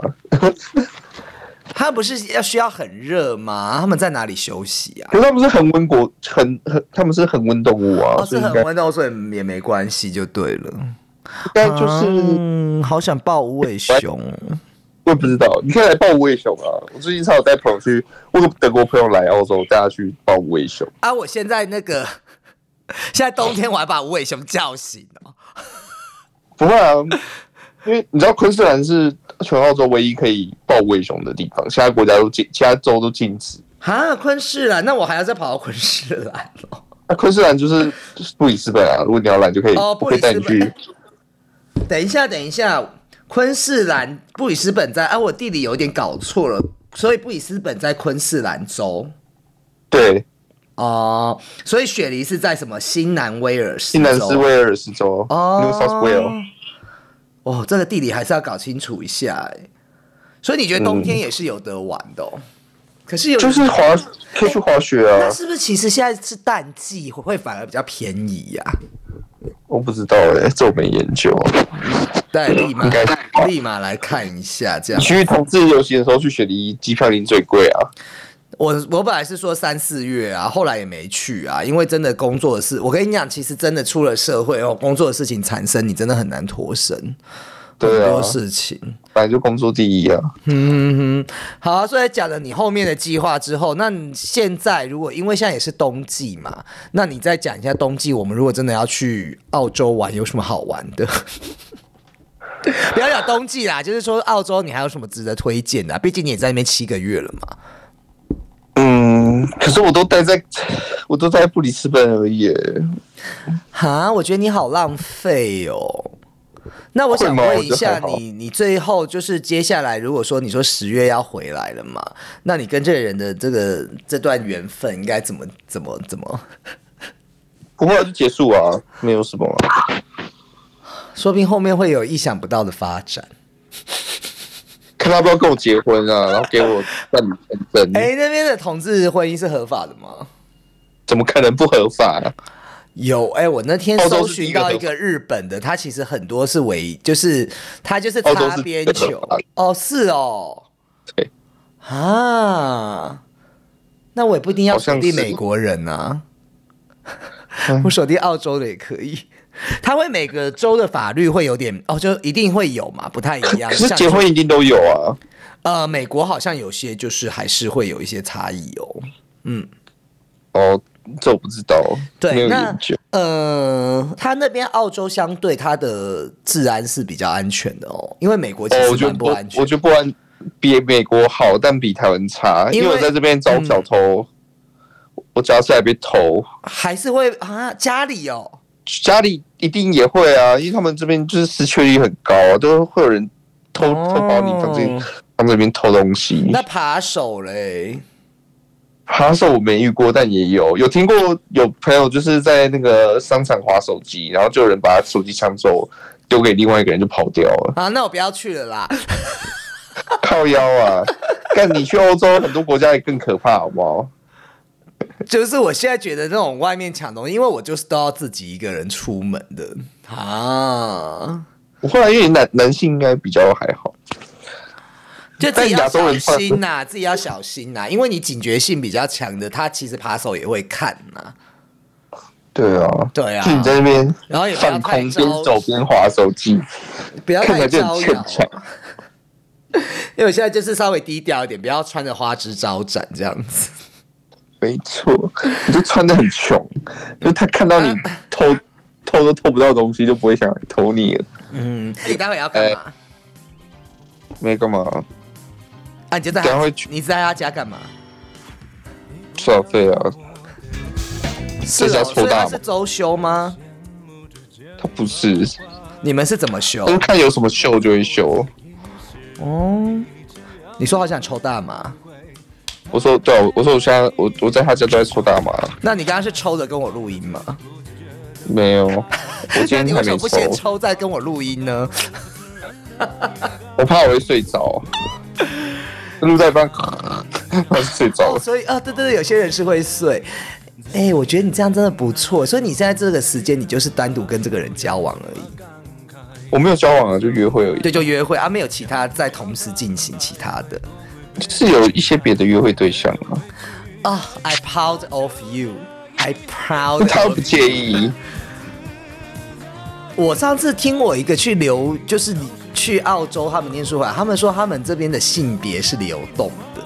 Speaker 1: 它不是要需要很热吗？它们在哪里休息啊？
Speaker 2: 可是他们是恒温国，很很，他们是恒温动物啊，
Speaker 1: 哦，
Speaker 2: 所
Speaker 1: 是
Speaker 2: 以应
Speaker 1: 很
Speaker 2: 该
Speaker 1: 温柔，所以也没关系，就对了。
Speaker 2: 应该就是。
Speaker 1: 嗯，好想抱无尾熊。
Speaker 2: 我也不知道，你可以来抱无尾熊啊！我最近才有带朋友去，我有德国朋友来澳洲，带他去抱无尾熊。
Speaker 1: 啊，我现在那个，现在冬天我还把无尾熊叫醒哦。
Speaker 2: 不会啊，因为你知道昆士兰是全澳洲唯一可以抱无尾熊的地方，其他国家都禁，其他州都禁止。
Speaker 1: 啊，昆士兰，那我还要再跑到昆士兰哦。
Speaker 2: 那、昆士兰就是 就是布里斯本啊，如果你要来就可以，
Speaker 1: 哦
Speaker 2: 我可以带你
Speaker 1: 布里斯
Speaker 2: 去
Speaker 1: 本。等一下，等一下，昆士兰布里斯本在，啊，我地理有点搞错了，所以布里斯本在昆士兰州
Speaker 2: 对，
Speaker 1: 哦、所以雪梨是在什么新南威尔士州？
Speaker 2: 新南斯威尔士州、
Speaker 1: 哦
Speaker 2: n e w South Wales。
Speaker 1: 哦，这个地理还是要搞清楚一下哎。所以你觉得冬天也是有得玩的、哦可是有
Speaker 2: 就是滑，可以去滑雪啊
Speaker 1: 那！是不是其实现在是淡季，会会反而比较便宜啊呀、
Speaker 2: 我不知道哎、这我没研究。
Speaker 1: 对，立马
Speaker 2: 应该是吧
Speaker 1: 立马来看一下，这
Speaker 2: 你
Speaker 1: 样。
Speaker 2: 去同志游行的时候去雪梨，机票一定最贵啊！
Speaker 1: 我我本来是说三四月啊，后来也没去啊，因为真的工作的事，我跟你讲，其实真的出了社会哦，工作的事情产生，你真的很难脱身，
Speaker 2: 对
Speaker 1: 很
Speaker 2: 啊
Speaker 1: 多，事情。
Speaker 2: 本来就工作第一啊。
Speaker 1: 嗯哼，好、啊，所以讲了你后面的计划之后，那你现在如果因为现在也是冬季嘛，那你再讲一下冬季，我们如果真的要去澳洲玩，有什么好玩的？不要讲冬季啦，就是说澳洲你还有什么值得推荐的啊、毕竟你也在那边七个月了嘛。
Speaker 2: 嗯，可是我都待在，我都待在布里斯本而已耶。
Speaker 1: 哈，我觉得你好浪费哦。那我想
Speaker 2: 会吗
Speaker 1: 问一
Speaker 2: 我
Speaker 1: 下
Speaker 2: 觉得还好
Speaker 1: 你，你最后就是接下来，如果说你说十月要回来了嘛，那你跟这个人的这个这段缘分应该怎么怎么怎么？
Speaker 2: 不会啊就结束啊，没有什么啊。
Speaker 1: 说不定后面会有意想不到的发展。
Speaker 2: 看他要不要跟我结婚啊，然后给我办理签证。
Speaker 1: 哎、那边的同志婚姻是合法的吗？
Speaker 2: 怎么可能不合法、啊？
Speaker 1: 有哎、我那天
Speaker 2: 澳洲
Speaker 1: 搜
Speaker 2: 是第
Speaker 1: 寻
Speaker 2: 一个
Speaker 1: 到
Speaker 2: 合
Speaker 1: 一个日本的，他其实很多是唯，就是他就是
Speaker 2: 澳洲
Speaker 1: 擦
Speaker 2: 是第
Speaker 1: 边
Speaker 2: 一个
Speaker 1: 球
Speaker 2: 合法的
Speaker 1: 哦，是哦，
Speaker 2: 对，
Speaker 1: 啊，那我也不一定要
Speaker 2: 好像
Speaker 1: 锁定
Speaker 2: 是嗯
Speaker 1: 美国人啊， 我锁定澳洲的也可以。他会每个州的法律会有点哦，就一定会有嘛，不太一样。
Speaker 2: 可是
Speaker 1: 像
Speaker 2: 结婚一定都有啊。
Speaker 1: 呃，美国好像有些就是还是会有一些差异哦。
Speaker 2: 哦，这我不知道，没
Speaker 1: 对，
Speaker 2: 有
Speaker 1: 那
Speaker 2: 研究。
Speaker 1: 呃，他那边澳洲相对它的治安是比较安全的哦，因为美国其
Speaker 2: 哦，我
Speaker 1: 实
Speaker 2: 觉得
Speaker 1: 蛮不
Speaker 2: 我
Speaker 1: 安全
Speaker 2: 我觉得不安比美国好，但比台湾差，
Speaker 1: 因
Speaker 2: 因
Speaker 1: 为嗯
Speaker 2: 为我在这边遭小偷，我家是还被偷，
Speaker 1: 还是会啊家里哦，
Speaker 2: 家里一定也会啊，因为他们这边就是失窃率很高啊，都会有人偷、
Speaker 1: 哦
Speaker 2: 偷跑你房间房子里面偷东西。
Speaker 1: 那扒手嘞，
Speaker 2: 扒手我没遇过，但也有有听过有朋友就是在那个商场划手机，然后就有人把他手机抢走，丢给另外一个人就跑掉 了。
Speaker 1: 啊，那我不要去了啦。
Speaker 2: 靠腰啊！但你去欧洲很多国家也更可怕，好不好？
Speaker 1: 就是我现在觉得那种外面抢东西，因为我就是都要自己一个人出门的啊，
Speaker 2: 我后来因为男男性应该比较还好，
Speaker 1: 就自己
Speaker 2: 但
Speaker 1: 要
Speaker 2: 亚洲
Speaker 1: 小
Speaker 2: 人怕
Speaker 1: 心呐、自己要小心呐、因为你警觉性比较强的，他其实扒手也会看呐、
Speaker 2: 对啊，
Speaker 1: 对啊
Speaker 2: 就你在那边，
Speaker 1: 然后也不要
Speaker 2: 放
Speaker 1: 太
Speaker 2: 空，边
Speaker 1: 着
Speaker 2: 走边划手机，
Speaker 1: 不要太
Speaker 2: 看起来就
Speaker 1: 招
Speaker 2: 很欠
Speaker 1: 摇。
Speaker 2: 强。
Speaker 1: 因为我现在就是稍微低调一点，不要穿着花枝招展这样子。
Speaker 2: 没错，你就穿的很穷，就他看到你
Speaker 1: 啊
Speaker 2: 偷偷都偷不到东西，就不会想来偷你了。
Speaker 1: 嗯， 你待会要干嘛？
Speaker 2: 没干嘛，
Speaker 1: 啊，你就在
Speaker 2: 等一下
Speaker 1: 他
Speaker 2: 会，去
Speaker 1: 你在他家干嘛？
Speaker 2: 耍废啊！
Speaker 1: 是
Speaker 2: 在家
Speaker 1: 哦，
Speaker 2: 抽
Speaker 1: 所以
Speaker 2: 大
Speaker 1: 他
Speaker 2: 麻
Speaker 1: 是周休吗？
Speaker 2: 他不是，
Speaker 1: 你们是怎么休
Speaker 2: 他？是看有什么秀就会秀。
Speaker 1: 哦，你说好想抽大麻，
Speaker 2: 我说对、啊，我说我现在我我在他家都在抽大麻，
Speaker 1: 那你刚刚是抽着跟我录音吗？
Speaker 2: 没有，我今
Speaker 1: 那
Speaker 2: 天
Speaker 1: 你
Speaker 2: 还
Speaker 1: 为什
Speaker 2: 没
Speaker 1: 么不先抽再跟我录音呢？
Speaker 2: 我怕我会睡着，录在一半，我睡着
Speaker 1: 哦，
Speaker 2: 了。
Speaker 1: 所以啊，对对对，有些人是会睡。哎、我觉得你这样真的不错，所以你现在这个时间，你就是单独跟这个人交往而已，
Speaker 2: 我没有交往啊，就约会而已，
Speaker 1: 对，就约会啊，没有其他在同时进行其他的。
Speaker 2: 就是有一些别的约会对象啊，
Speaker 1: 啊、i proud of you. I proud.
Speaker 2: 他又
Speaker 1: of
Speaker 2: 不
Speaker 1: you.
Speaker 2: 介意。
Speaker 1: 我上次听我一个去留，就是你去澳洲他们念书回来，他们说他们这边的性别是流动的。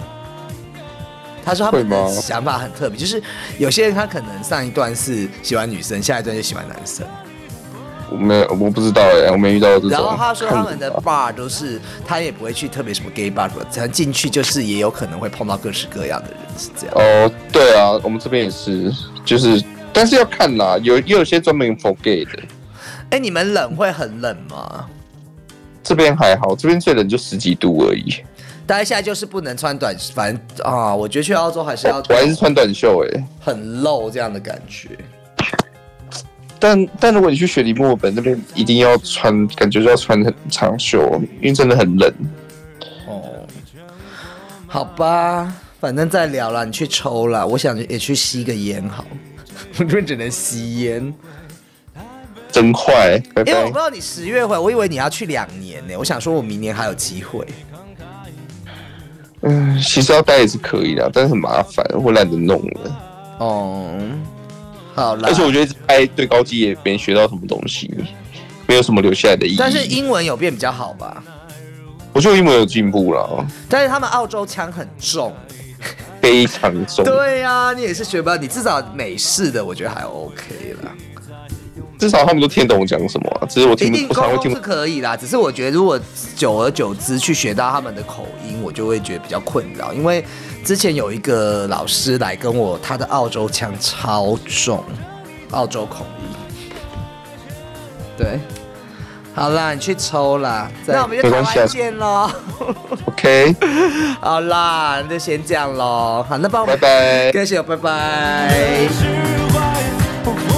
Speaker 1: 他说他们
Speaker 2: 会
Speaker 1: 的
Speaker 2: 吗
Speaker 1: 想法很特别，就是有些人他可能上一段是喜欢女生，下一段就喜欢男生。
Speaker 2: 我没有，我不知道哎、我没遇到这种。
Speaker 1: 然后他说他们的
Speaker 2: 看吧
Speaker 1: bar 都是他也不会去特别什么 gay bar，他进去就是也有可能会碰到各式各样的人，是这样。
Speaker 2: 哦，对啊，我们这边也是，就是，但是要看啦，有也有些专门 for gay 的，
Speaker 1: 哎，你们冷会很冷吗？
Speaker 2: 这边还好，这边最冷就十几度而已。
Speaker 1: 待下就是不能穿短，反正啊，我觉得去澳洲还是要
Speaker 2: 我还是穿短袖哎、
Speaker 1: 很露这样的感觉。
Speaker 2: 但但如果你去雪梨墨尔本那边，一定要穿，感觉就要穿很长袖，因为真的很冷。
Speaker 1: 哦，好吧，反正再聊啦，你去抽啦，我想也去吸个烟好。 我这边只能吸烟，
Speaker 2: 真快，拜
Speaker 1: 因为我不知
Speaker 2: 拜。
Speaker 1: 道你十月回来，我以为你要去两年呢、我想说我明年还有机会。
Speaker 2: 嗯，其实要待也是可以的，但是很麻烦，我懒得弄了。
Speaker 1: 哦，好啦
Speaker 2: 而，且我觉得待对高级也没学到什么东西，没有什么留下来的意义。
Speaker 1: 但是英文有变比较好吧？
Speaker 2: 我觉得英文有进步了，
Speaker 1: 但是他们澳洲腔很重。
Speaker 2: 非常重。
Speaker 1: 对呀、你也是学不到，你至少美式的我觉得还 OK 啦。
Speaker 2: 至少他们都听得懂我讲什么啊、只是我
Speaker 1: 一
Speaker 2: 听
Speaker 1: 定
Speaker 2: 不，我
Speaker 1: 沟
Speaker 2: 常会听
Speaker 1: 通
Speaker 2: 不
Speaker 1: 是。可以啦，只是我觉得如果久而久之去学到他们的口音，我就会觉得比较困扰。因为之前有一个老师来跟我，他的澳洲腔超重，澳洲口音。对，好啦，你去抽啦，那我们就
Speaker 2: 没
Speaker 1: 台
Speaker 2: 关系啊
Speaker 1: 湾见喽。
Speaker 2: OK，
Speaker 1: 好啦，那就先这样喽。好，那帮我
Speaker 2: 拜
Speaker 1: 们
Speaker 2: 拜。
Speaker 1: 跟谢友，拜拜。
Speaker 6: 之外，不
Speaker 1: 嗯哦